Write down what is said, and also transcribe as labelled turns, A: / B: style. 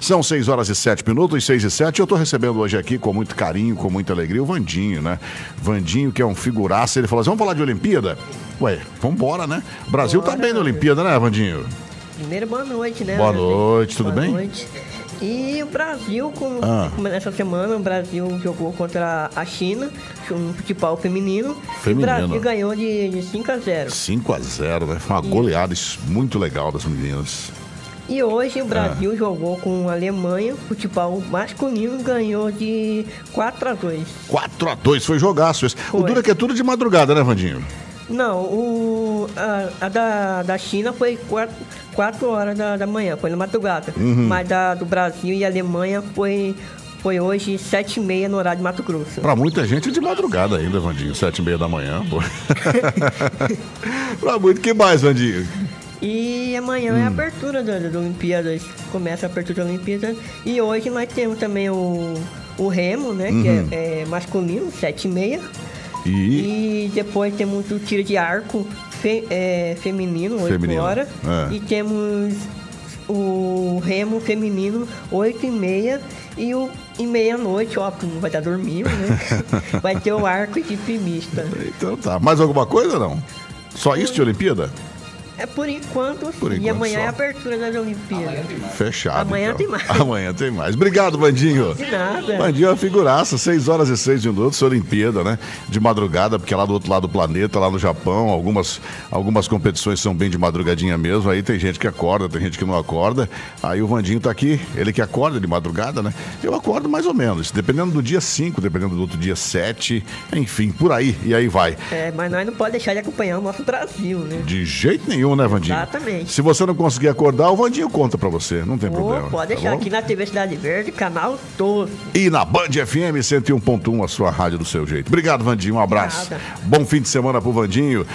A: São 6 horas e 7 minutos, 6 e 7. Eu estou recebendo hoje aqui com muito carinho, com muita alegria, o Vandinho, né? Vandinho, que é um figuraça, ele falou assim: vamos falar de Olimpíada? Ué, vambora, né? O Brasil
B: Bora.
A: tá bem na Olimpíada, né, Vandinho?
B: Primeiro, boa noite, né?
A: Boa
B: Ana?
A: noite, tudo
B: Boa
A: bem?
B: noite. E o Brasil, como,
A: Ah.
B: como nessa semana, o Brasil jogou contra a China, no futebol feminino.
A: Feminino.
B: E o Brasil ganhou de, de 5 a 0.
A: 5 a 0 né? Foi uma goleada isso, muito legal das meninas.
B: E hoje o
A: Ah.
B: Brasil jogou com a Alemanha, futebol masculino, ganhou de 4 a 2.
A: 4 a 2 foi jogaço esse. O
B: Foi.
A: duro é que é tudo de madrugada, né, Vandinho?
B: Não, o, a, a da, da China foi 4, horas da, da manhã, foi no Matugata.
A: Uhum.
B: Mas a do Brasil e Alemanha foi, foi hoje 7 e meia no horário de Mato Grosso.
A: Pra muita gente é de madrugada ainda, Vandinho. Sete e meia da manhã, pô. pra muito. que mais, Vandinho?
B: E amanhã
A: Hum.
B: é a abertura da, da Olimpíadas. Começa a abertura da Olimpíada. E hoje nós temos também o, o Remo, né? Que é, é masculino, 7 e meia.
A: Uhum. E...
B: E depois temos o tiro de arco fe- é, feminino, 8
A: Feminino,
B: horas.
A: é.
B: E temos o remo feminino, 8 e meia. E, o, e meia-noite, ó, porque não vai estar dormindo, né? vai ter o arco de mista.
A: Então tá. Mais alguma coisa, não? Só isso de Olimpíada?
B: É por enquanto,
A: Por
B: e
A: enquanto
B: amanhã
A: só.
B: é a apertura das Olimpíadas.
A: Fechado.
B: Amanhã
A: então.
B: tem mais.
A: Amanhã tem mais. Obrigado, Vandinho.
B: De nada.
A: Vandinho é uma figuraça, 6 horas e 6 minutos, Olimpíada, né? De madrugada, porque é lá do outro lado do planeta, lá no Japão, algumas, algumas competições são bem de madrugadinha mesmo. Aí tem gente que acorda, tem gente que não acorda. Aí o Vandinho tá aqui, ele que acorda de madrugada, né? Eu acordo mais ou menos, dependendo do dia 5, dependendo do outro dia 7, enfim, por aí. E aí vai.
B: É, mas nós não podemos deixar de acompanhar o nosso Brasil, né?
A: De jeito nenhum, né, Vandinho?
B: Exatamente.
A: Se você não conseguir acordar, o Vandinho conta pra você, não tem
B: Ô,
A: problema.
B: pode
A: tá
B: deixar
A: bom?
B: aqui na TV Cidade Verde, canal 12.
A: E na Band um, FM 101.1, a sua rádio do seu jeito. Obrigado, Vandinho. Um abraço.
B: Nada.
A: Bom fim de semana pro Vandinho.